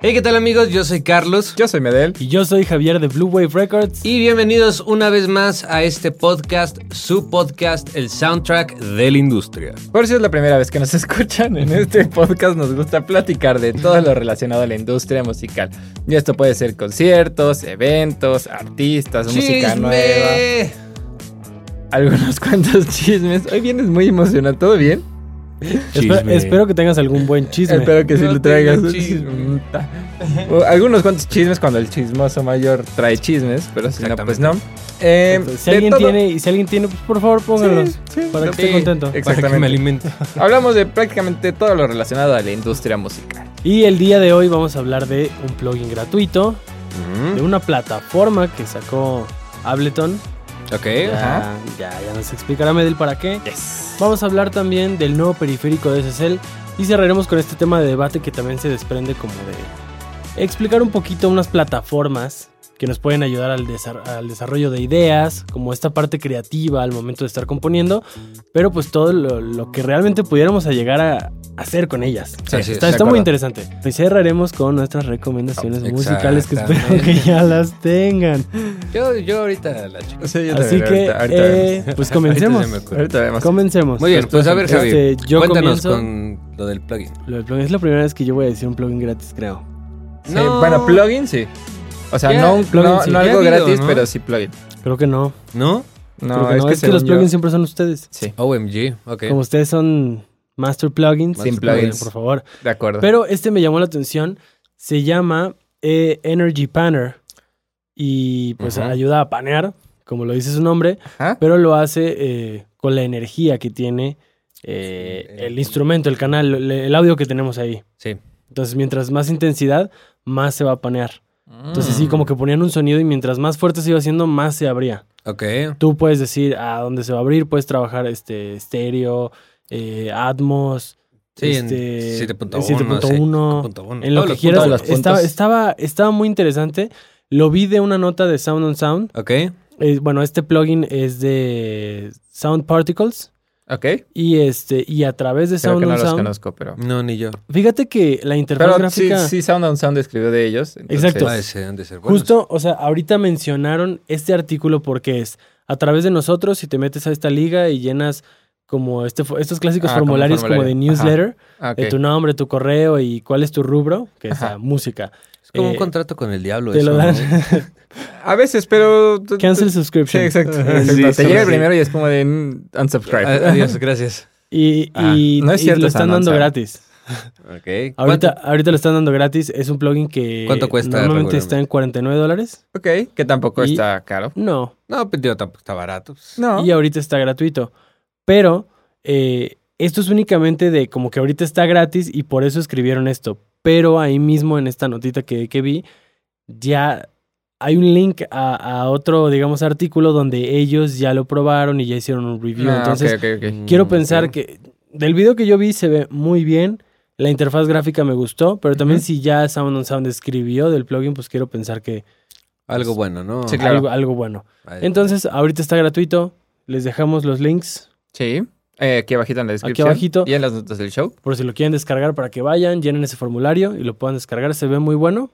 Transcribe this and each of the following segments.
Hey, ¿qué tal amigos? Yo soy Carlos. Yo soy Medel. Y yo soy Javier de Blue Wave Records. Y bienvenidos una vez más a este podcast, su podcast, el soundtrack de la industria. Por si es la primera vez que nos escuchan, en este podcast nos gusta platicar de todo lo relacionado a la industria musical. Y esto puede ser conciertos, eventos, artistas, música ¡Chisme! nueva, algunos cuantos chismes. Hoy vienes muy emocionado, ¿todo bien? Espe- espero que tengas algún buen chisme. Eh, Espero que sí No lo traigas. tengo chisme. O algunos cuantos chismes cuando el chismoso mayor trae chismes, pero si no, pues no. Eh, Entonces, si de alguien todo- tiene, y si alguien tiene, pues por favor pónganlos. Sí, sí, para que sí, esté contento. Para que me Exactamente. alimente. Hablamos de prácticamente todo lo relacionado a la industria musical. Y el día de hoy vamos a hablar de un plugin gratuito, de una plataforma que sacó Ableton. Ok. Ya, Ajá. ya, ya nos explicará Medel para qué. Yes. Vamos a hablar también del nuevo periférico de SSL y cerraremos con este tema de debate que también se desprende como de explicar un poquito unas plataformas que nos pueden ayudar al, desar- al desarrollo de ideas, como esta parte creativa al momento de estar componiendo, pero pues todo lo, lo que realmente pudiéramos a llegar a hacer con ellas. Sí, sí, está de está acuerdo. muy interesante. Y cerraremos con nuestras recomendaciones musicales que espero que Exactamente. ya las tengan. Yo, yo ahorita la checo. Sí, yo Así también, que, ahorita- ahorita eh, pues comencemos. Ahorita se me ocurre. Ahorita vemos. Comencemos. Muy bien, pues a ver, Javi. Este, yo cuéntanos comienzo- con lo del plugin. Lo del plugin es la primera vez que yo voy a decir un plugin gratis, creo. Sí, Bueno, plugin sí. O sea, Ya, no, un- plugin, no, sí. no Ya ha algo habido, gratis, ¿no? pero sí plugin. Creo que no. ¿No? creo No, que no. Es que los según yo- plugins siempre son ustedes. Sí, OMG, ok. Como ustedes son master plugins. Sin master plugins. Por favor. de acuerdo. Pero este me llamó la atención. Se llama eh, Energy Panner. Y pues Ujú. ayuda a panear, como lo dice su nombre. Ajá. Pero lo hace eh, con la energía que tiene eh, Sí, el eh, instrumento, el canal, el- el audio que tenemos ahí. Sí. Entonces, mientras más intensidad, más se va a panear. Entonces sí, Mm. como que ponían un sonido y mientras más fuerte se iba haciendo, más se abría. Ok. Tú puedes decir a dónde se va a abrir, puedes trabajar este estéreo, eh, Atmos, Sí, en este, 7.1, en 7.1, Punto uno. en lo Todos que los quieras. puntos. Todos los Estaba, puntos. estaba, estaba muy interesante. Lo vi de una nota de Sound on Sound. puntos. Ok. Eh, bueno, este plugin es de Sound Particles. Ok. Y este, y a través de Creo Sound que no on los Sound. conozco, pero. No, ni yo. Fíjate que la interfaz Pero sí, gráfica. sí, Sound on Sound escribió de ellos. entonces- Exacto. Ah, ese han de ser buenos. Justo, o sea, ahorita mencionaron este artículo porque es a través de nosotros, si te metes a esta liga y llenas como este, fo- estos clásicos Ah, como formularios como, formulario. de newsletter, Ah, ok. de tu nombre, tu correo y cuál es tu rubro, que es Ajá. la música. Es como un eh, contrato con el diablo. Te eso, lo ¿no? dan. A veces, pero. Cancel Sí, subscription. exacto. Sí, exacto. sí, Te sí. llega el primero y es como de mm, unsubscribe. Ah, A- Adiós, gracias. Y, Ah, y- no es y cierto, lo están San dando Gonzalo. gratis. Ok. Ahorita, ¿Cuánto? ahorita lo están dando gratis. Es un plugin que ¿Cuánto cuesta normalmente regularmente? está en 49 dólares. Ok, que tampoco Y- está caro. No, No, pero digo, tampoco está barato. pues. No. y ahorita está gratuito. Pero eh, esto es únicamente de como que ahorita está gratis y por eso escribieron esto. Pero ahí mismo en esta notita que, que vi, ya hay un link a, a otro, digamos, artículo donde ellos ya lo probaron y ya hicieron un review. Ah, Entonces, ok, ok, ok. Mm, quiero pensar que del video que yo vi se ve muy bien. La interfaz gráfica me gustó, pero también Ujú. si ya Sound on Sound escribió del plugin, pues quiero pensar que Algo bueno, ¿no? Sí, claro. algo, algo bueno. Ahí está. Entonces, ahorita está gratuito. Les dejamos los links Sí. Eh, aquí abajito en la descripción. abajito. Y en las notas del show. por si lo quieren descargar para que vayan, llenen ese formulario y lo puedan descargar. Se ve muy bueno.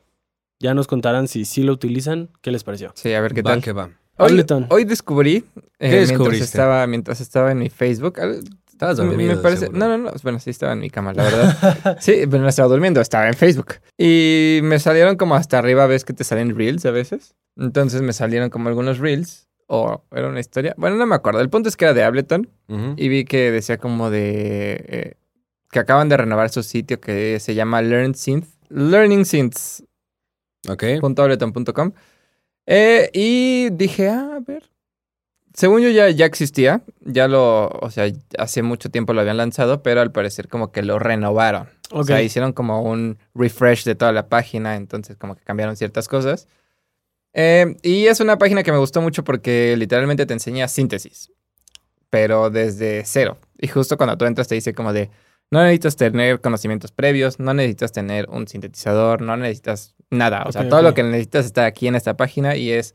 Ya nos contarán si sí lo utilizan, qué les pareció. Sí, a ver qué Va tal. que va. Hoy, Ableton. hoy descubrí. eh, ¿Qué mientras descubriste? estaba, mientras estaba en mi Facebook. al- Estabas me- dormido. me parece. seguro. No, no, no. Bueno, sí estaba en mi cama, la verdad. sí, pero no estaba durmiendo, estaba en Facebook. Y me salieron como hasta arriba, ves que te salen reels a veces. Entonces me salieron como algunos reels. O era una historia. Bueno, no me acuerdo. El punto es que era de Ableton. Ujú. Y vi que decía como de. eh, que acaban de renovar su sitio que se llama Learn Synth. Learning Synths. Ok. www.ableton.com. Eh, y dije, ah, a ver. Según yo ya, ya existía, ya lo, o sea, hace mucho tiempo lo habían lanzado, pero al parecer como que lo renovaron. O Ok. sea, hicieron como un refresh de toda la página, entonces como que cambiaron ciertas cosas. Eh, y es una página que me gustó mucho porque literalmente te enseña síntesis, pero desde cero. Y justo cuando tú entras te dice como de, no necesitas tener conocimientos previos, no necesitas tener un sintetizador, no necesitas nada. O sea, Ok, todo ok. lo que necesitas está aquí en esta página y es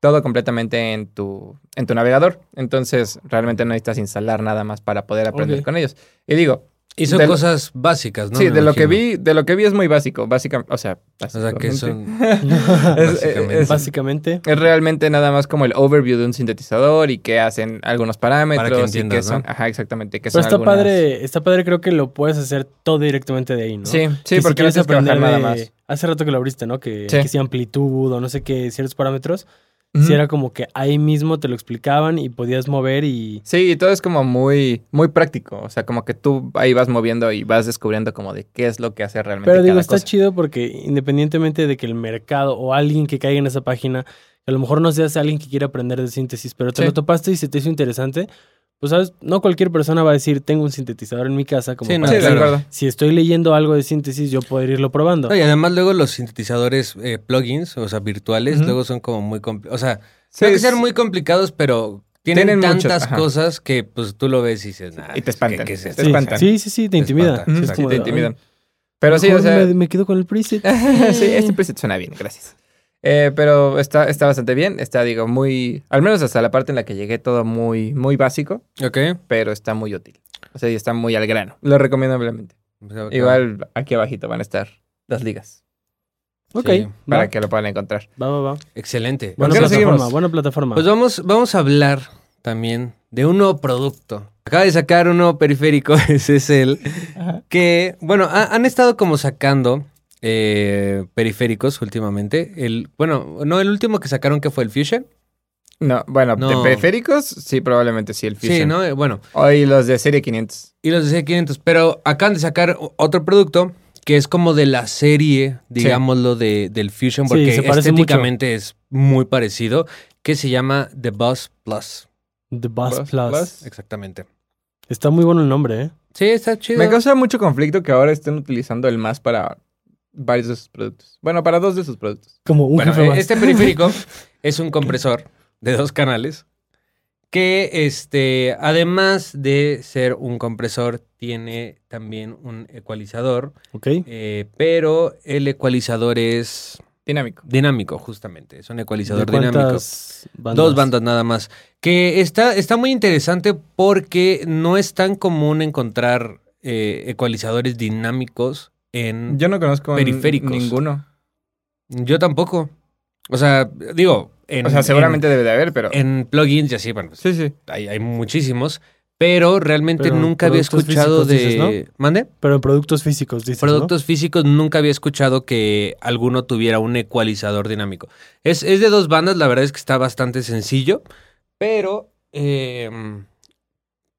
todo completamente en tu, en tu navegador. Entonces, realmente no necesitas instalar nada más para poder aprender Ok. con ellos. Y digo, Hizo del- cosas básicas, ¿no? sí, Me de lo que imagino. vi, de lo que vi es muy básico, básicamente, o sea, O sea, que básicamente. son... Es- básicamente. es- es- Básicamente. es realmente nada más como el overview de un sintetizador y que hacen algunos parámetros y que entiendas, son, ¿no? ajá, exactamente, que Pero son está algunas- padre, está padre creo que lo puedes hacer todo directamente de ahí, ¿no? Sí, sí, Que si porque no quieres tienes que bajar aprender nada de- más. Hace rato que lo abriste, ¿no? Que, Sí. que si amplitud o no sé qué, ciertos parámetros. Ujú. Si era como que ahí mismo te lo explicaban y podías mover y... Sí, y todo es como muy, muy práctico. O sea, como que tú ahí vas moviendo y vas descubriendo como de qué es lo que hace realmente Pero digo, cada está cosa. chido porque independientemente de que el mercado o alguien que caiga en esa página, que a lo mejor no seas alguien que quiera aprender de síntesis, pero te Sí. lo topaste y se te hizo interesante, pues sabes, no cualquier persona va a decir, tengo un sintetizador en mi casa, como Sí, no, para Sí, de decir, claro. acuerdo. si estoy leyendo algo de síntesis, yo poder irlo probando. No, y además luego los sintetizadores eh, plugins, o sea, virtuales, Ujú. luego son como muy... compli- O sea, Sí, no que es- sean muy complicados, pero tienen, Tienen muchos, tantas ajá. cosas que pues tú lo ves y dices... Nah, Y te pues, espantan, ¿qué- qué es te esto? sí, espantan. sí, sí, sí, te intimidan. espantan, Ujú, Sí, es exacto. sí, como te de, "Ay, intimidan. Pero sí, mejor o sea, me, me quedo con el preset. sí, este preset suena bien, gracias. Eh, pero está, está bastante bien, está, digo, muy, al menos hasta la parte en la que llegué, todo muy, muy básico, Ok. pero está muy útil. O sea, y está muy al grano. Lo recomiendo ampliamente. O sea, ok. Igual aquí abajito van a estar las ligas Ok, Sí, para va, que lo puedan encontrar. va, va, va. Excelente. Buena qué no plataforma, seguimos? buena plataforma. Pues vamos, vamos a hablar también de un nuevo producto. Acaba de sacar un nuevo periférico, ese es el Ajá. que, bueno, ha- han estado como sacando eh, periféricos últimamente. El, bueno, no, el último que sacaron que fue el Fusion. No, bueno, No. de periféricos, sí, probablemente sí, el Fusion. Sí, ¿no? Eh, Bueno, Hoy los de serie 500. y los de 500 pero acaban de sacar o- otro producto que es como de la serie, digámoslo, de, del Fusion, Sí, porque se parece mucho. estéticamente es muy parecido, que se llama The Buzz Plus. The Bus Bus Plus. Plus. Exactamente. Está muy bueno el nombre, ¿eh? Sí, está chido. Me causa mucho conflicto que ahora estén utilizando el más para varios de sus productos. Bueno, para dos de sus productos. e- Como un Bueno, jefe eh, más. este periférico es un compresor de dos canales que, este, además de ser un compresor, tiene también un ecualizador, Ok. eh, pero el ecualizador es Dinámico. dinámico, justamente. Es un ecualizador ¿De dinámico. cuántas Dos bandas nada más. Que está, está muy interesante porque no es tan común encontrar eh, ecualizadores dinámicos en... Yo no conozco n- Periféricos. ninguno. Yo tampoco. O sea, digo... En, O sea, en- seguramente debe de haber, pero. en plugins y así, bueno, pues, Sí, sí. hay, hay muchísimos, pero realmente Pero nunca había productos escuchado físicos de... dices, ¿no? ¿Mande? Pero en productos físicos, dices, ¿no? Productos físicos, nunca había escuchado que alguno tuviera un ecualizador dinámico. Es, es de dos bandas, la verdad es que está bastante sencillo, pero... eh,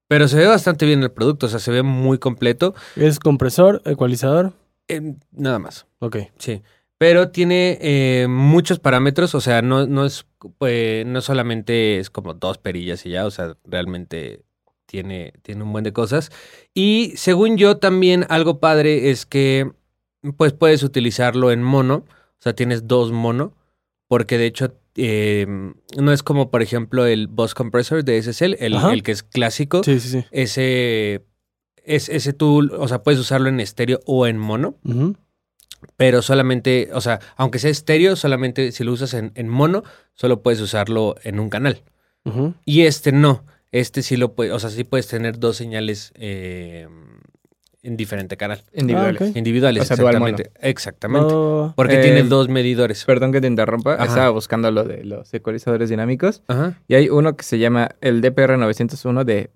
pero se ve bastante bien el producto, o sea, se ve muy completo. Es compresor, ecualizador. eh, nada más. Ok. Sí. Pero tiene eh, muchos parámetros, o sea, no, no es pues, no solamente es como dos perillas y ya, o sea, realmente tiene, tiene un buen de cosas. Y según yo, también algo padre es que pues puedes utilizarlo en mono. O sea, tienes dos mono. Porque de hecho, eh, no es como, por ejemplo, el Boss Compressor de SSL, el, Ajá. el que es clásico. Sí, sí, sí. Ese, es, ese tú, o sea, puedes usarlo en estéreo o en mono Ujú. pero solamente, o sea, aunque sea estéreo, solamente si lo usas en, en mono, solo puedes usarlo en un canal. Ujú. Y este no, este sí lo puedes, o sea, sí puedes tener dos señales eh, en diferente canal, Individuales. ok. individuales. O sea, dual exactamente. Exactamente. No, Porque Eh, tiene dos medidores. Perdón que te interrumpa. Ajá. Estaba buscando lo de los ecualizadores dinámicos. Ajá. Y hay uno que se llama el DPR901 de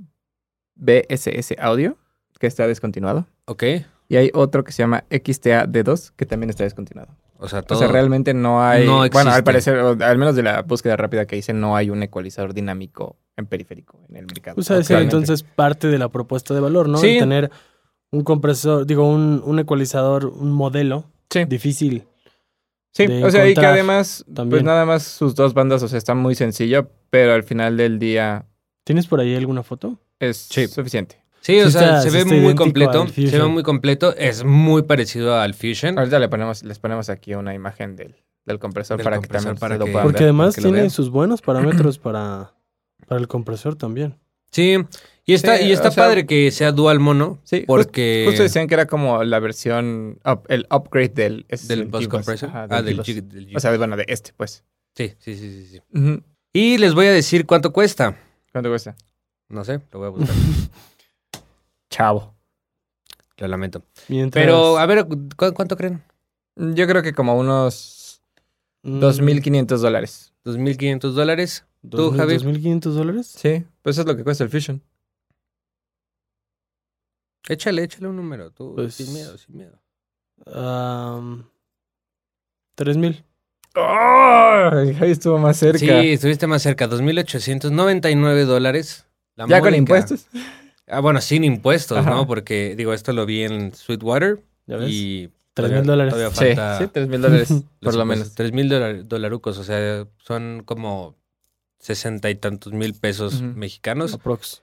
BSS Audio, que está descontinuado. Ok. Y hay otro que se llama XTA-D2, que también está descontinuado. O sea, todo. O sea, realmente no hay. Oh. No bueno, existe. al parecer, o al menos de la búsqueda rápida que hice, no hay un ecualizador dinámico en periférico en el mercado. Pues ha de ser actualmente. entonces parte de la propuesta de valor, ¿no? Sí. El tener un compresor, digo, un, un ecualizador, un modelo Sí, difícil. sí. de o sea, y que encontrar además, pues también. nada más sus dos bandas, o sea, está muy sencillo, pero al final del día ¿Tienes por ahí alguna foto? es Sí. suficiente. Sí, o Sí sea, está- se sí ve está muy idéntico completo. al Se ve Fusion. muy completo. Es muy parecido al Fusion. Ahorita le ponemos, les ponemos aquí una imagen del, del compresor Del para compresor que también para se lo que- puedan Porque ver, además que lo tiene vean. sus buenos parámetros para, para el compresor también. Sí. Y está, Sí, y está o sea- padre que sea dual mono. Sí, jus- porque. Justo decían que era como la versión, up- el upgrade del... del bus compressor. pues, Ajá, ah, del G-Bus. G- del G- O sea, bueno, de este, pues. Sí, sí, sí, sí, sí. Ujú. Y les voy a decir cuánto cuesta. ¿Cuánto cuesta? No sé, lo voy a buscar. Chavo. Lo lamento. Mientras, Pero, a ver, ¿cu- ¿cuánto creen? Yo creo que como unos mm, 2.500 dólares. ¿2.500 dólares? dos mil- Javi? 2.500 dólares. Sí, pues es lo que cuesta el Fusion. Échale, échale un número, tú. Pues- Sin miedo, sin miedo. Am, 3.000. ¡Ay! Javi estuvo más cerca. Sí, estuviste más cerca. 2.899 dólares. La ¿Ya con módica. impuestos? Ah, bueno, sin impuestos, Ajá. ¿no? Porque, digo, esto lo vi en Sweetwater ¿Ya ves? y... 3.000 todavía- dólares. todavía falta- Sí, sí, 3.000 dólares, por lo menos. 3 mil dolarucos, o sea, son como sesenta y tantos mil pesos Ujú. mexicanos. Aprox.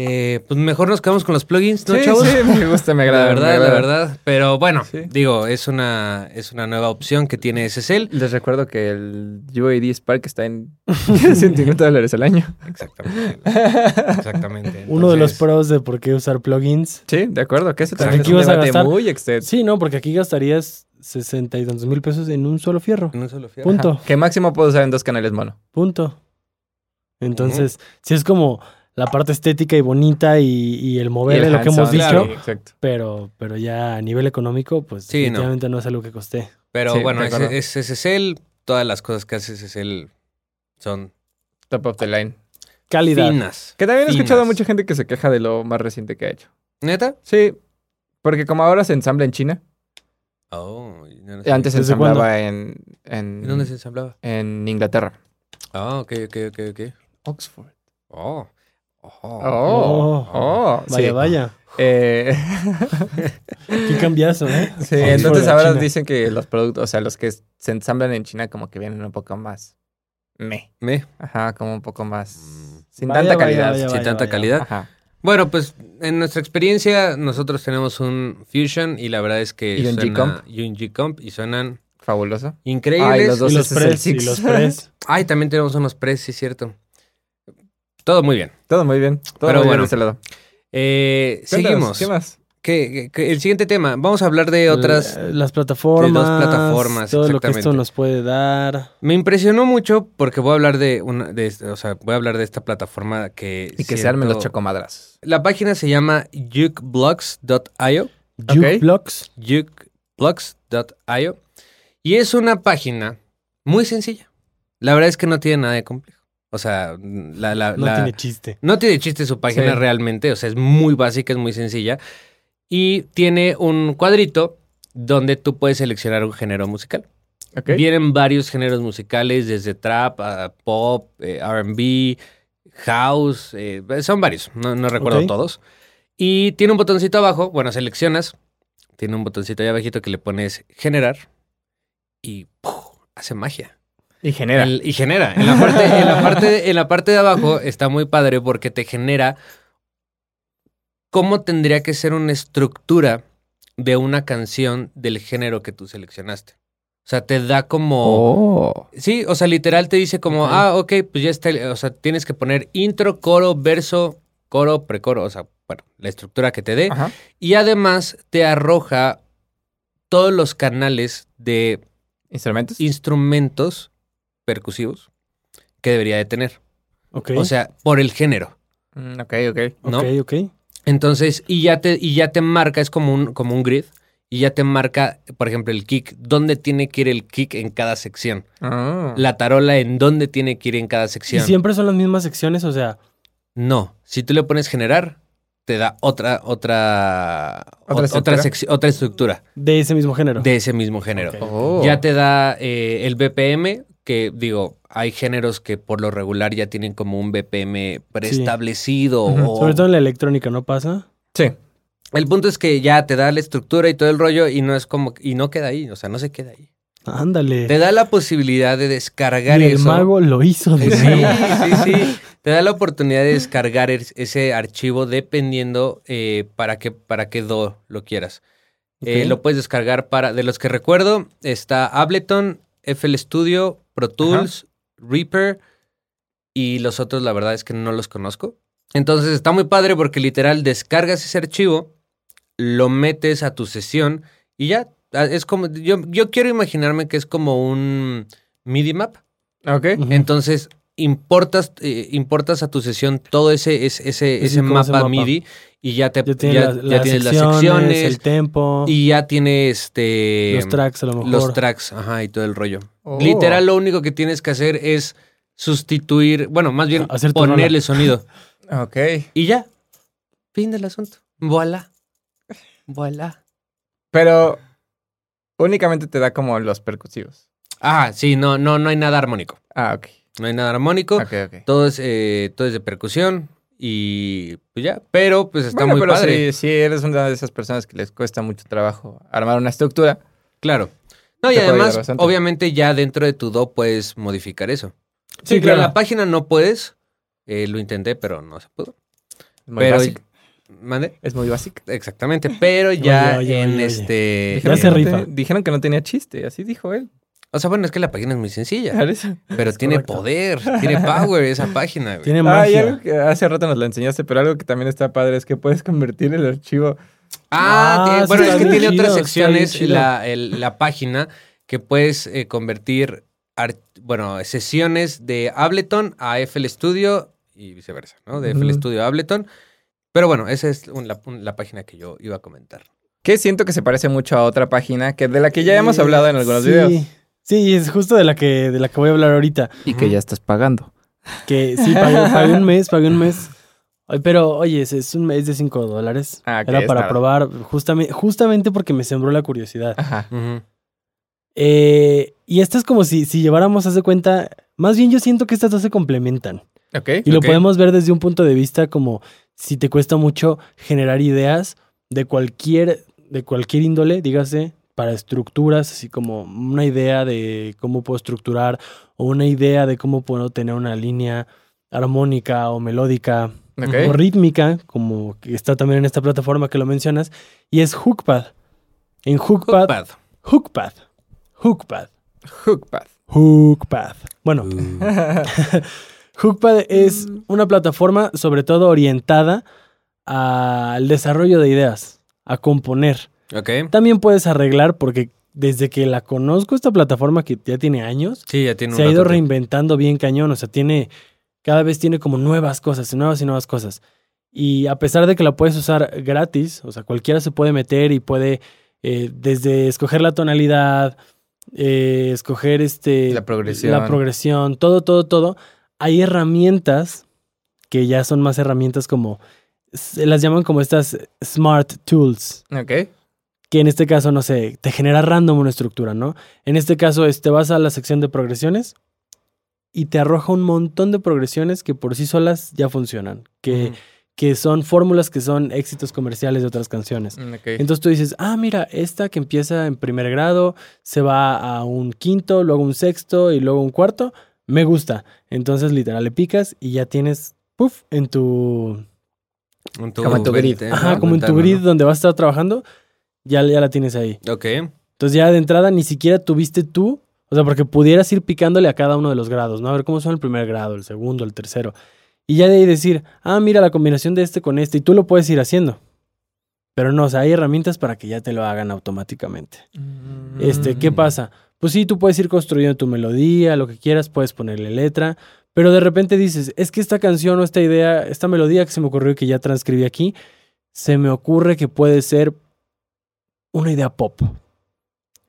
Eh, pues mejor nos quedamos con los plugins, ¿no, sí, chavos? sí, me gusta, me la agrada. me verdad, la agrada. verdad. Pero bueno, Sí. digo, es una, es una nueva opción que tiene SSL. Les recuerdo que el UAD Spark está en 150 dólares al año. Exactamente. Exactamente. Uno de los Entonces, pros de por qué usar plugins. Sí, de acuerdo, que eso también Aquí es un vas a debate gastar- muy eh, extenso. Sí, no, porque aquí gastarías 60 y tantos mil pesos en un solo fierro. en un solo fierro. Punto. Ajá, Que máximo puedo usar en dos canales mono. Punto. Entonces, si es como la parte estética y bonita y, y el mover, el es lo que hemos hands-on, dicho, claro. Exacto. pero, pero ya a nivel económico, pues Sí, no. definitivamente no. es algo que costé. Pero Sí, bueno, de es, acuerdo. es SSL. Todas las cosas que hace SSL son Top of the line. Calidad. finas. Que también he escuchado a Finas. mucha gente que se queja de lo más reciente que ha hecho. ¿Neta? Sí, porque como ahora se ensambla en China, Oh, yo no sé. antes se ¿Desde ensamblaba en, en, ¿Y dónde se ensamblaba? en Inglaterra. Ah, ok, ok, ok, ok. Oxford. Oh. Oh. Oh, Oh. oh, sí. Vaya, vaya. Eh, Qué cambiazo, ¿eh? sí, Oxford entonces a ahora China. dicen que los productos, o sea, los que se ensamblan en China como que vienen un poco más me. Me. Ajá, como un poco más. Mm. Sin Vaya, tanta vaya, calidad. vaya, Sin tanta calidad. Ajá. Bueno, pues en nuestra experiencia nosotros tenemos un Fusion y la verdad es que Y un suena- y un G-Comp y suenan Fabuloso. increíbles. Ay, Ay, los dos. Y los Entonces es el press, y six. los press. también tenemos unos pres, sí es cierto. Todo muy bien. Todo muy bien. Todo Pero muy bien bueno, de ese lado. Eh, Cuéntanos, seguimos. ¿Qué más? ¿Qué- qué- qué- el siguiente tema. Vamos a hablar de otras. La- Las plataformas. de dos plataformas, Todo lo que esto exactamente. nos puede dar. Me impresionó mucho porque voy a hablar de una, de, este, o sea, voy a hablar de esta plataforma que Y que se armen los siento- chocomadrazos. La página se llama jukeblocks.io. Jukebox. jukebox.io y es una página muy sencilla. La verdad es que no tiene nada de complejo. O sea, la, la- la- No tiene chiste. chiste su página Sí. realmente. O sea, es muy básica, es muy sencilla. Y tiene un cuadrito donde tú puedes seleccionar un género musical. Ok. Vienen varios géneros musicales, desde trap, a pop, eh, RB, house, eh, son varios, no, no recuerdo Ok. todos. Y tiene un botoncito abajo, bueno, seleccionas, tiene un botoncito ahí abajito que le pones generar y ¡puf! hace magia. Y genera. El- y genera. En la, parte, en, la parte, en la parte de abajo está muy padre porque te genera cómo tendría que ser una estructura de una canción del género que tú seleccionaste. O sea, te da como... Oh. Sí, o sea, literal te dice como, Ok. ah, ok, pues ya está, el- o sea, tienes que poner intro, coro, verso, coro, precoro, o sea, bueno, la estructura que te dé. Ajá. Y además te arroja todos los canales de Instrumentos. instrumentos percusivos que debería de tener. Ok. O sea, por el género, Mm, ok, ok. ¿no? ok, ok. Entonces, y ya te, y ya te marca, es como un, como un grid, y ya te marca, por ejemplo, el kick, dónde tiene que ir el kick en cada sección. Ah. La tarola en dónde tiene que ir en cada Y sección. siempre son las mismas secciones, o sea, No, si tú le pones generar, te da otra, otra, ¿Otra ot- estructura? secci- otra estructura de ese mismo género. de ese mismo género. Ok. Oh. Ya te da eh, el BPM, que digo, hay géneros que por lo regular ya tienen como un BPM preestablecido. Ujú. o- Sobre todo en la electrónica, ¿no pasa? Sí. El punto es que ya te da la estructura y todo el rollo y no es como, y no queda ahí, o sea, no se queda ahí. Ándale. Te da la posibilidad de descargar y el eso. mago lo hizo de Sí, nuevo. sí, sí. Te da la oportunidad de descargar es- ese archivo dependiendo eh, para qué para qué do lo quieras. Eh, Ok. lo puedes descargar para de los que recuerdo está Ableton, FL Studio, Pro Tools, Reaper y los otros la verdad es que no los conozco. Entonces está muy padre porque literal descargas ese archivo, lo metes a tu sesión y ya Ah, es como yo yo quiero imaginarme que es como un MIDI map. Ok. Ujú. Entonces, importas, eh, importas a tu sesión todo ese, ese, ese, Sí, ese como mapa, ese mapa. MIDI y ya, te, Ya tiene ya- las, ya las tienes secciones, las secciones el tempo, y ya tiene este, los tracks a lo mejor. los tracks, ajá, y todo el rollo. Oh. Literal, lo único que tienes que hacer es sustituir, bueno, más bien Hacer tu ponerle sonido. Ok. Y ya, fin del asunto. Voilà. Voilà. Pero únicamente te da como los percusivos. Ah, sí, no, no, no hay nada armónico. Ah, ok. No hay nada armónico. Ok, ok. Todo es, eh, todo es de percusión y pues ya. Pero pues está Bueno, muy pero padre. Si, si eres una de esas personas que les cuesta mucho trabajo armar una estructura. Claro. No, y Te puede ayudar además, bastante. obviamente ya dentro de tu DO puedes modificar eso. Sí, En claro. la página no puedes. Eh, lo intenté, pero no se pudo. Es muy Pero- básica. ¿Mande? Es muy básica. Exactamente, pero ya Oye, oye, en oye, oye. este... Ya Dijeron en- se que no rifa. te- dijeron que no tenía chiste, así dijo él. O sea, bueno, es que la página es muy sencilla, Parece. pero tiene correcto. poder, tiene power esa página. güey. Tiene Ah, y magia. algo que hace rato nos lo enseñaste, pero algo que también está padre es que puedes convertir el archivo. Ah, Ah, tiene- sí, bueno, es está que bien tiene chido, otras está bien secciones chido. la, el- la página que puedes eh, convertir, ar- bueno, sesiones de Ableton a FL Studio y viceversa, ¿no? De FL Ujú. Studio a Ableton. Pero bueno, esa es un- la, un- la página que yo iba a comentar. Que siento que se parece mucho a otra página que de la que ya hemos hablado en algunos Sí. videos. Sí, es justo de la que de la que voy a hablar ahorita. Y que ya estás pagando. Que sí, pagué, pagué un mes, pagué un mes. Ay, Pero, oye, es, es un mes de 5 dólares. Ah, que Era es para nada. probar, justamente, justamente porque me sembró la curiosidad. Ajá. Ujú. Eh, y esto es como si, si lleváramos, haz de cuenta, más bien yo siento que estas dos se complementan. Ok. Y lo ok. podemos ver desde un punto de vista como si te cuesta mucho generar ideas de cualquier, de cualquier índole, dígase, para estructuras, así como una idea de cómo puedo estructurar o una idea de cómo puedo tener una línea armónica o melódica Ok. o rítmica, como que está también en esta plataforma que lo mencionas, y es Hookpad. En Hookpad, Hookpad. Hookpad. Hookpad. Hookpad. Hookpad. Bueno, Uh. Uh. Hookpad es una plataforma sobre todo orientada al desarrollo de ideas, a componer. Ok. También puedes arreglar porque desde que la conozco esta plataforma que ya tiene años, Sí, ya tiene un se ha ido ratote. reinventando bien cañón, o sea, tiene cada vez tiene como nuevas cosas, nuevas y nuevas cosas. Y a pesar de que la puedes usar gratis, o sea, cualquiera se puede meter y puede eh, desde escoger la tonalidad, eh, escoger este La progresión. la progresión, todo, todo, todo. Hay herramientas que ya son más herramientas como se las llaman como estas smart tools Ok. que en este caso, no sé, te genera random una estructura, ¿no? En este caso, es, te vas a la sección de progresiones y te arroja un montón de progresiones que por sí solas ya funcionan, que, Ujú. que son fórmulas que son éxitos comerciales de otras canciones. Ok. Entonces tú dices, ah, mira, esta que empieza en primer grado, se va a un quinto, luego un sexto y luego un cuarto, me gusta. Entonces literal le picas y ya tienes, puff, en tu, En tu Como en tu grid. ventana, ajá, como en tu ventana, grid ¿no? donde vas a estar trabajando, ya, ya la tienes ahí. Ok. Entonces ya de entrada ni siquiera tuviste tú, o sea, porque pudieras ir picándole a cada uno de los grados, ¿no? A ver cómo son el primer grado, el segundo, el tercero. Y ya de ahí decir, ah, mira la combinación de este con este, y tú lo puedes ir haciendo. Pero no, o sea, hay herramientas para que ya te lo hagan automáticamente. Este, ¿qué Mm. pasa? Pues sí, tú puedes ir construyendo tu melodía, lo que quieras, puedes ponerle letra, pero de repente dices, es que esta canción o esta idea, esta melodía que se me ocurrió y que ya transcribí aquí, se me ocurre que puede ser una idea pop.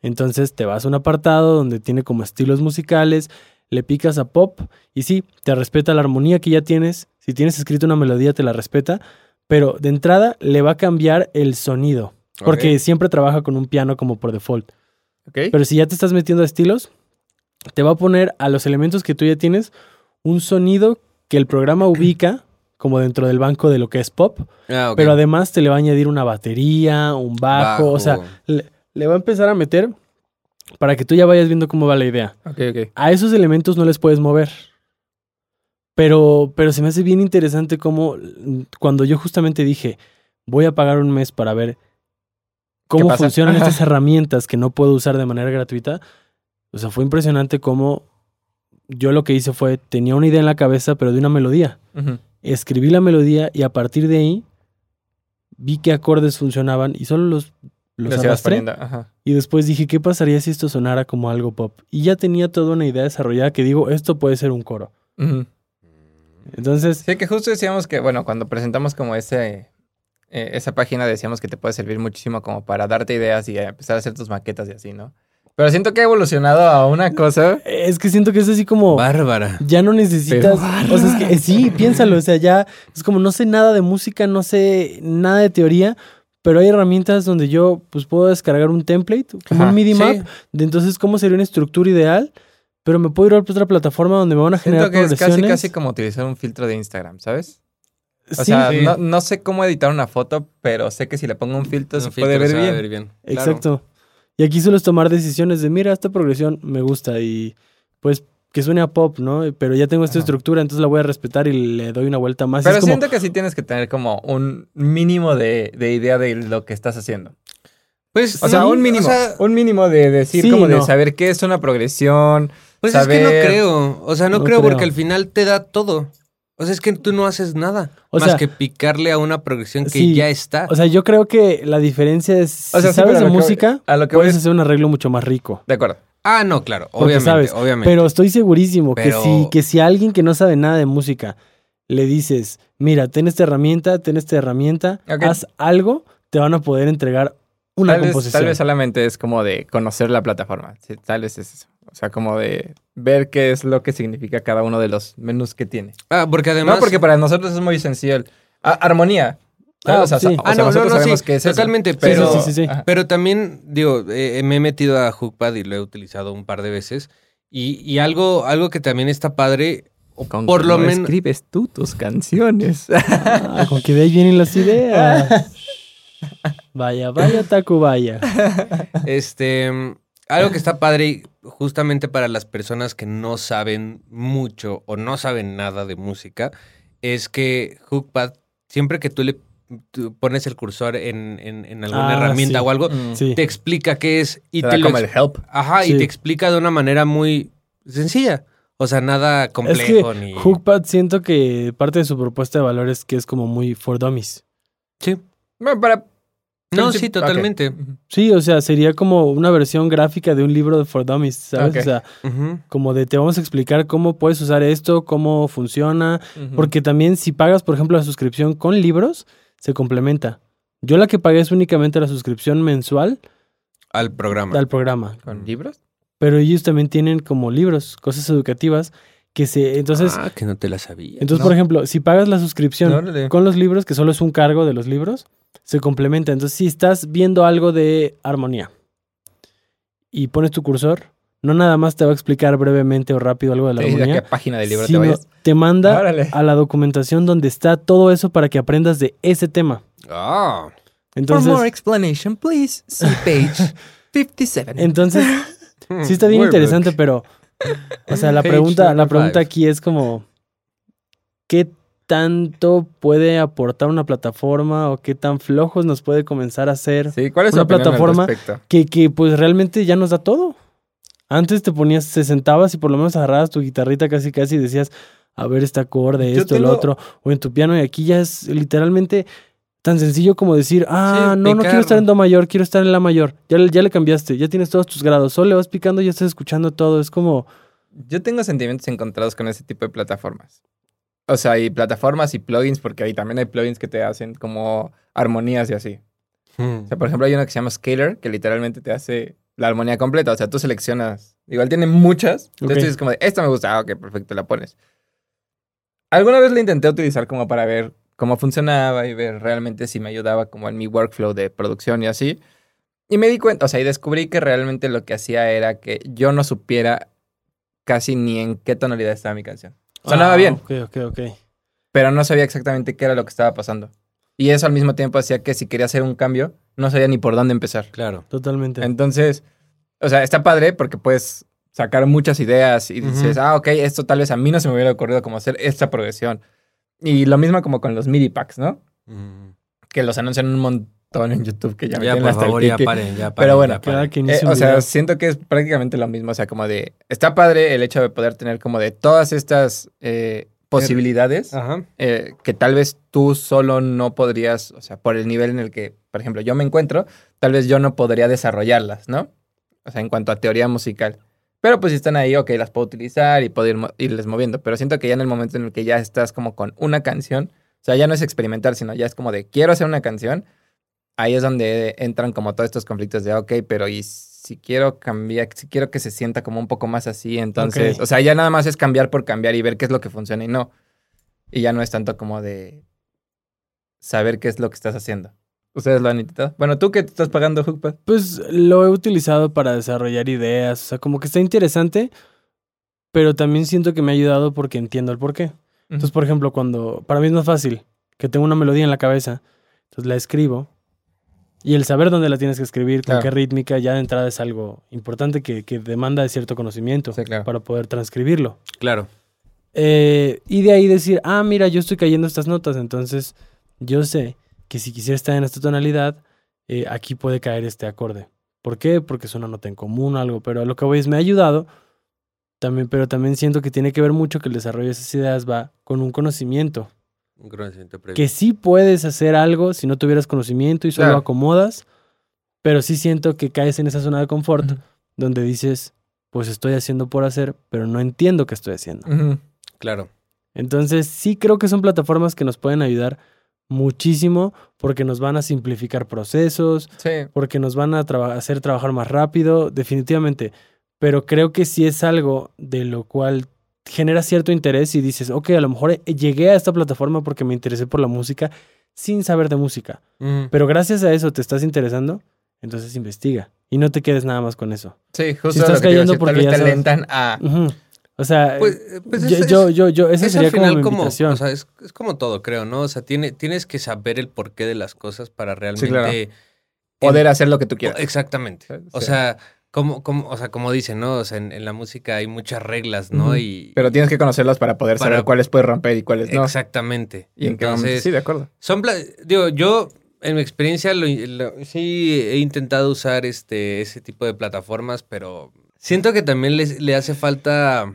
Entonces te vas a un apartado donde tiene como estilos musicales, le picas a pop y sí, te respeta la armonía que ya tienes. Si tienes escrito una melodía, te la respeta, pero de entrada le va a cambiar el sonido, porque Ok. siempre trabaja con un piano como por default. Ok. Pero si ya te estás metiendo a estilos, te va a poner a los elementos que tú ya tienes un sonido que el programa ubica como dentro del banco de lo que es pop, Ah, ok. pero además te le va a añadir una batería, un bajo, o sea, Bajo. le, le va a empezar a meter para que tú ya vayas viendo cómo va la idea. Ok, ok. A esos elementos no les puedes mover. Pero, pero se me hace bien interesante cómo mm, cuando yo justamente dije, voy a pagar un mes para ver cómo pasa? funcionan Ajá. estas herramientas que no puedo usar de manera gratuita, o sea, fue impresionante cómo yo lo que hice fue, tenía una idea en la cabeza, pero de una melodía. Ujú. Escribí la melodía y a partir de ahí vi qué acordes funcionaban y solo los, los Los ibas arrastré. poniendo. Ajá. Y después dije, ¿qué pasaría si esto sonara como algo pop? Y ya tenía toda una idea desarrollada que digo, esto puede ser un coro. Ujú. Entonces, Sí, que justo decíamos que, bueno, cuando presentamos como ese, eh, esa página decíamos que te puede servir muchísimo como para darte ideas y eh, empezar a hacer tus maquetas y así, ¿no? Pero siento que ha evolucionado a una cosa. es que siento que es así como... Bárbara. Ya no necesitas. Pero- O sea, es que eh, sí, piénsalo. O sea, ya es como no sé nada de música, no sé nada de teoría, pero hay herramientas donde yo pues puedo descargar un template, como Ajá, un MIDI sí. map, de entonces cómo sería una estructura ideal, pero me puedo ir a otra plataforma donde me van a generar Siento que es casi, progresiones. casi como utilizar un filtro de Instagram, ¿sabes? O Sí, sea, Sí. No, no sé cómo editar una foto, pero sé que si le pongo un filtro se Un filtro puede ver se va a bien. claro. exacto. Y aquí solo es tomar decisiones de mira, esta progresión me gusta y pues que suene a pop, ¿no? Pero ya tengo esta Ajá. estructura, entonces la voy a respetar y le doy una vuelta más. Pero es como, siento que sí tienes que tener como un mínimo de, de idea de lo que estás haciendo. Pues, O sea, no, un mínimo. o sea, un mínimo de decir, Sí, como de no. saber qué es una progresión. pues es que saber- no creo. O sea, no, No creo, porque creo. al final te da todo. O sea, es que tú no haces nada. O más sea- que picarle a una progresión que Sí, ya está. O sea, yo creo que la diferencia es, O sea, sí, si sabes pero a de lo que voy- música, a lo que voy puedes es- hacer un arreglo mucho más rico. De acuerdo. ah, no, claro. Porque Obviamente, sabes, obviamente. Pero estoy segurísimo Pero- que, si, que si a alguien que no sabe nada de música le dices, mira, ten esta herramienta, ten esta herramienta, Ok. haz algo, te van a poder entregar una tal, vez, composición. tal vez solamente es como de conocer la plataforma. Sí, tal vez es eso. O sea, como de ver qué es lo que significa cada uno de los menús que tiene. Ah, porque además. no, porque para nosotros es muy sencillo. el- Ah, armonía. ¿sabes? Ah, o sea, sí. sa- o Ah, sea, no, nosotros no, no, sabemos sí, qué es eso. totalmente, sí, pero... sí, sí, sí. Ajá. Pero también, digo, eh, me he metido a Hookpad y lo he utilizado un par de veces. Y, y algo, algo que también está padre, o Con por que lo no menos. escribes tú tus canciones. Ah, con que de ahí vienen las ideas. vaya, vaya, Tacubaya. Este, mm, algo que está padre y justamente para las personas que no saben mucho o no saben nada de música es que Hookpad, siempre que tú le tú pones el cursor en, en- en alguna Ah, herramienta sí. o algo, Mm. Sí. te explica qué es y Te te, da lo como ex- el help. Ajá, y Sí. te explica de una manera muy sencilla. O sea, nada Es que complejo ni. Hookpad siento que parte de su propuesta de valor es que es como muy for dummies. Sí. Bueno, para... No, princip- sí, ok. totalmente. Ujú. Sí, o sea, sería como una versión gráfica de un libro de for dummies, ¿sabes? Ok. O sea, Ujú. como de te vamos a explicar cómo puedes usar esto, cómo funciona, Ujú. porque también si pagas, por ejemplo, la suscripción con libros, se complementa. Yo la que pagué es únicamente la suscripción mensual Al programa. al programa, ¿Con libros? pero ellos también tienen como libros, cosas educativas que se entonces, ah, que no te la sabía. entonces no. por ejemplo, si pagas la suscripción Órale. con los libros, que solo es un cargo de los libros, se complementa. Entonces, si estás viendo algo de armonía y pones tu cursor, no nada más te va a explicar brevemente o rápido algo de la Te dice a armonía, qué página del libro te sino vayas. te manda Órale. a la documentación donde está todo eso para que aprendas de ese tema. Ah. Entonces, explanation, please, see page 57. entonces sí está bien Workbook. interesante, pero o sea, la Page pregunta, la number pregunta five. aquí es como ¿qué tanto puede aportar una plataforma o qué tan flojos nos puede comenzar a hacer Sí, ¿cuál es Una tu opinión al plataforma- respecto? que, que pues realmente ya nos da todo. Antes te ponías, se sentabas y por lo menos agarrabas tu guitarrita casi casi y decías, a ver este acorde, Yo esto, lo tengo- otro, o en tu piano, y aquí ya es literalmente tan sencillo como decir, ah, Sí, no, no quiero picar. estar en do mayor, quiero estar en la mayor. Ya, le- ya le cambiaste, ya tienes todos tus grados, solo le vas picando y ya estás escuchando todo. Es como, Yo tengo sentimientos encontrados con ese tipo de plataformas. O sea, hay plataformas y plugins, porque ahí también hay plugins que te hacen como armonías y así. Mm. O sea, por ejemplo, hay uno que se llama Scaler, que literalmente te hace la armonía completa. O sea, tú seleccionas. Igual tiene muchas. Entonces Ok. tú dices como de, esta me gusta. Ah, ok, perfecto, la pones. Alguna vez la intenté utilizar como para ver cómo funcionaba y ver realmente si me ayudaba como en mi workflow de producción y así. Y me di cuenta, o sea, y descubrí que realmente lo que hacía era que yo no supiera casi ni en qué tonalidad estaba mi canción. Sonaba "Ah, bien Ok, ok, ok. pero no sabía exactamente qué era lo que estaba pasando. Y eso al mismo tiempo hacía que si quería hacer un cambio, no sabía ni por dónde empezar. Claro. Totalmente. Entonces, o sea, está padre porque puedes sacar muchas ideas y dices, Ujú. ah, ok, esto tal vez a mí no se me hubiera ocurrido como hacer esta progresión. Y lo mismo como con los MIDI packs, ¿no? Mm. Que los anuncian un montón en YouTube que ya, me Ya, tienen por hasta el favor, ya pique. paren, ya paren. Pero bueno, ya Cada paren. que Eh, inicia un o sea, video. siento que es prácticamente lo mismo. O sea, como de. Está padre el hecho de poder tener como de todas estas eh, posibilidades Ajá. eh, que tal vez tú solo no podrías, o sea, por el nivel en el que, por ejemplo, yo me encuentro, tal vez yo no podría desarrollarlas, ¿no? O sea, en cuanto a teoría musical. Pero pues si están ahí, ok, las puedo utilizar y puedo ir mo- irles moviendo. Pero siento que ya en el momento en el que ya estás como con una canción, o sea, ya no es experimentar, sino ya es como de quiero hacer una canción, ahí es donde entran como todos estos conflictos de, ok, pero y si quiero cambiar, si quiero que se sienta como un poco más así, entonces, Ok. o sea, ya nada más es cambiar por cambiar y ver qué es lo que funciona y no. Y ya no es tanto como de saber qué es lo que estás haciendo. ¿Ustedes lo han intentado? Bueno, tú que te estás pagando Hookpad. Pues lo he utilizado para desarrollar ideas, o sea, como que está interesante, pero también siento que me ha ayudado porque entiendo el porqué. Entonces, por ejemplo, cuando para mí es más fácil que tengo una melodía en la cabeza, entonces la escribo y el saber dónde la tienes que escribir, con Claro. qué rítmica, ya de entrada es algo importante que, que demanda de cierto conocimiento Sí, claro. para poder transcribirlo. Claro. Eh, y de ahí decir, ah, mira, yo estoy cayendo estas notas, entonces yo sé que si quisiera estar en esta tonalidad, eh, aquí puede caer este acorde. ¿Por qué? Porque es una nota en común o algo, pero a lo que voy es, me ha ayudado, también, pero también siento que tiene que ver mucho que el desarrollo de esas ideas va con un conocimiento. Un conocimiento previo. Que sí puedes hacer algo si no tuvieras conocimiento y solo Claro. acomodas, pero sí siento que caes en esa zona de confort donde dices, pues estoy haciendo por hacer, pero no entiendo qué estoy haciendo. Ujú. Claro. Entonces, sí creo que son plataformas que nos pueden ayudar muchísimo porque nos van a simplificar procesos, Sí. porque nos van a traba- hacer trabajar más rápido, definitivamente. Pero creo que sí es algo de lo cual genera cierto interés y dices, ok, a lo mejor eh, llegué a esta plataforma porque me interesé por la música sin saber de música. Ujú. Pero gracias a eso te estás interesando, entonces investiga y no te quedes nada más con eso. Sí, justo estás lo que te iba a cayendo decir, porque tal vez ya te sabes. alentan a... Ujú. O sea, Pues, eh, pues yo, es- yo, es- yo, yo- esa es al sería como final mi invitación. o sea, es, es como todo, creo, ¿no? O sea, tiene, tienes que saber el porqué de las cosas para realmente claro. en- poder hacer lo que tú quieras. Exactamente. Sí. O sea, como, como, o sea, como dicen, ¿no? O sea, en, en la música hay muchas reglas, ¿no? Ujú. Y Pero tienes que conocerlas para poder Para- saber cuáles puedes romper y cuáles no. exactamente. Y en qué momento- Entonces, Sí, de acuerdo. son pla- digo, yo en mi experiencia lo- lo- sí he intentado usar este ese tipo de plataformas, pero siento que también les- le hace falta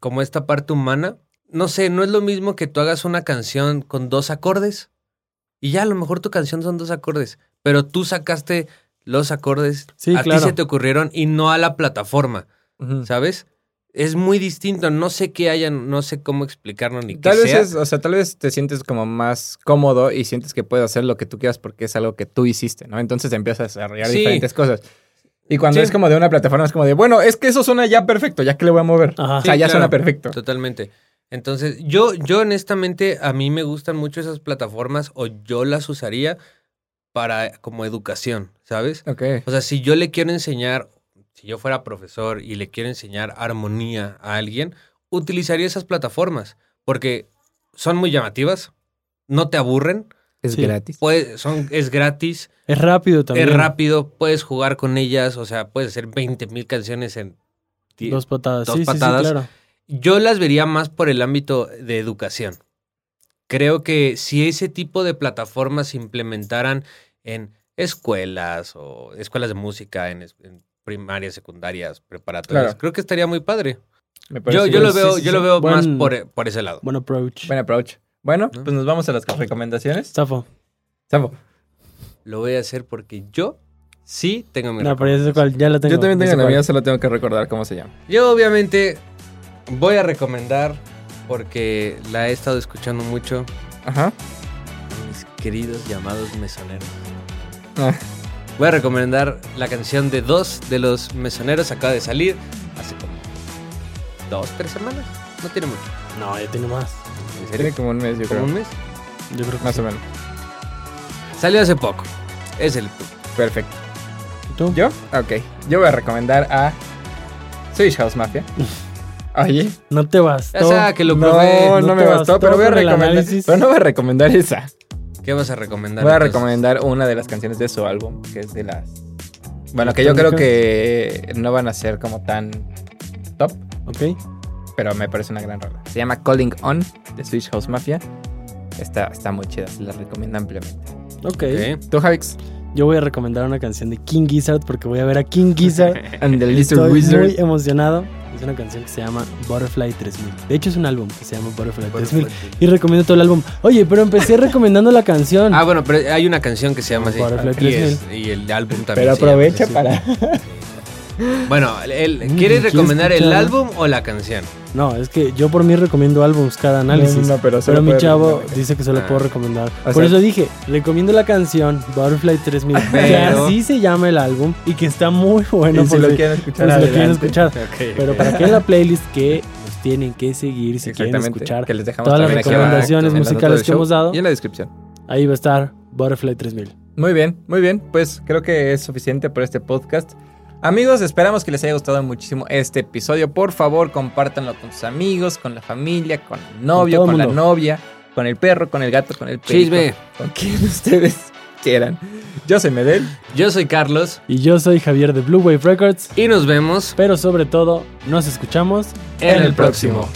como esta parte humana. No sé, no es lo mismo que tú hagas una canción con dos acordes y ya a lo mejor tu canción son dos acordes, pero tú sacaste los acordes, Sí, a claro. ti se te ocurrieron y no a la plataforma, Ujú. ¿sabes? Es muy distinto, no sé qué hayan, no sé cómo explicarlo ni qué Tal vez sea. es, o sea, tal vez te sientes como más cómodo y sientes que puedes hacer lo que tú quieras porque es algo que tú hiciste, ¿no? Entonces te empiezas a desarrollar Sí. diferentes cosas. Y cuando Sí. es como de una plataforma, es como de, bueno, es que eso suena ya perfecto, ya que le voy a mover. Ajá. O sea, Sí, ya claro. suena perfecto. Totalmente. Entonces, yo, yo honestamente, a mí me gustan mucho esas plataformas o yo las usaría para eh, como educación, ¿sabes? Ok. O sea, si yo le quiero enseñar, si yo fuera profesor y le quiero enseñar armonía a alguien, utilizaría esas plataformas porque son muy llamativas, no te aburren, Es Sí. gratis. puede- son, es gratis, Es rápido también. es rápido, puedes jugar con ellas, o sea, puedes hacer 20 mil canciones en die- Dos patadas. Dos sí, sí, sí, patadas. claro. Yo las vería más por el ámbito de educación. Creo que si ese tipo de plataformas se implementaran en escuelas o escuelas de música, en, es- en primarias, secundarias, preparatorias, Claro. creo que estaría muy padre. Me parece Yo, yo bien. lo veo, Sí, sí, yo sí. lo veo más Buen- por, e, por ese lado. Buen approach. Buen approach. Bueno, ¿No? pues nos vamos a las recomendaciones. Zafo. Sapo. Lo voy a hacer porque yo sí tengo mi No, pero recomendación. ya sé cuál, ya la tengo. Yo también ya tengo sé la cuál. mía, solo tengo que recordar cómo se llama. Yo obviamente voy a recomendar porque la he estado escuchando mucho Ajá. mis queridos llamados mesoneros. Ah. Voy a recomendar la canción de dos de los mesoneros. Acaba de salir hace como dos, tres semanas. No tiene mucho. No, ya tiene más. ¿En Tiene serio? como un mes, ¿Como yo creo. un mes? Yo creo que Más sí. o menos. Salió hace poco. Es el. Perfecto. ¿Tú? ¿Yo? Ok. Yo voy a recomendar a Swedish House Mafia. Oye. No te bastó. Ya sea que lo No, probé. no, no me te bastó, bastó pero voy a con el recomendar. análisis. Pero no voy a recomendar esa. ¿Qué vas a recomendar? Voy a entonces? recomendar una de las canciones de su álbum, que es de las. Bueno, que yo creo que no van a ser como tan top, Ok. pero me parece una gran rola. Se llama Calling On de Swedish House Mafia. Está, está muy chida, se la recomiendo ampliamente. Ok. Ok. ¿Tú, Javix? Yo voy a recomendar una canción de King Gizzard porque voy a ver a King Gizzard. And the Lizard Estoy Wizard. muy emocionado. Es una canción que se llama Butterfly 3000. De hecho, es un álbum que se llama Butterfly pues, 3000. Y recomiendo todo el álbum. Oye, pero empecé recomendando la canción. Ah, bueno, pero hay una canción que se llama así. Butterfly Y, es- y el álbum también. Pero se llama aprovecha así. para. Bueno, el- Mm, ¿quieres ¿quieres recomendar el escuchar? álbum o la canción? No, es que yo por mí recomiendo álbums cada análisis. No, no, pero solo pero mi puede chavo recomendar. dice que solo Ah. puedo recomendar. O por sea- eso dije, recomiendo la canción Butterfly 3000, Ah, que Pero- así se llama el álbum y que está muy bueno y si por lo si- quieren por escuchar, si lo adelante. quieren escuchar. Ok. Pero para que en la playlist que nos tienen que seguir si quieren Exactamente. escuchar, que les dejamos todas las también aquí recomendaciones abajo, en las musicales notas del que show hemos dado. Y en la descripción. ahí va a estar Butterfly 3000. Muy bien, muy bien. Pues creo que es suficiente por este podcast. Amigos, esperamos que les haya gustado muchísimo este episodio. Por favor, compártanlo con sus amigos, con la familia, con el novio, todo con, el la mundo. novia, con el perro, con el gato, con el perico, Chisme. con quien ustedes quieran. Yo soy Medel. Yo soy Carlos Y yo soy Javier de Blue Wave Records, y nos vemos pero sobre todo nos escuchamos en el próximo.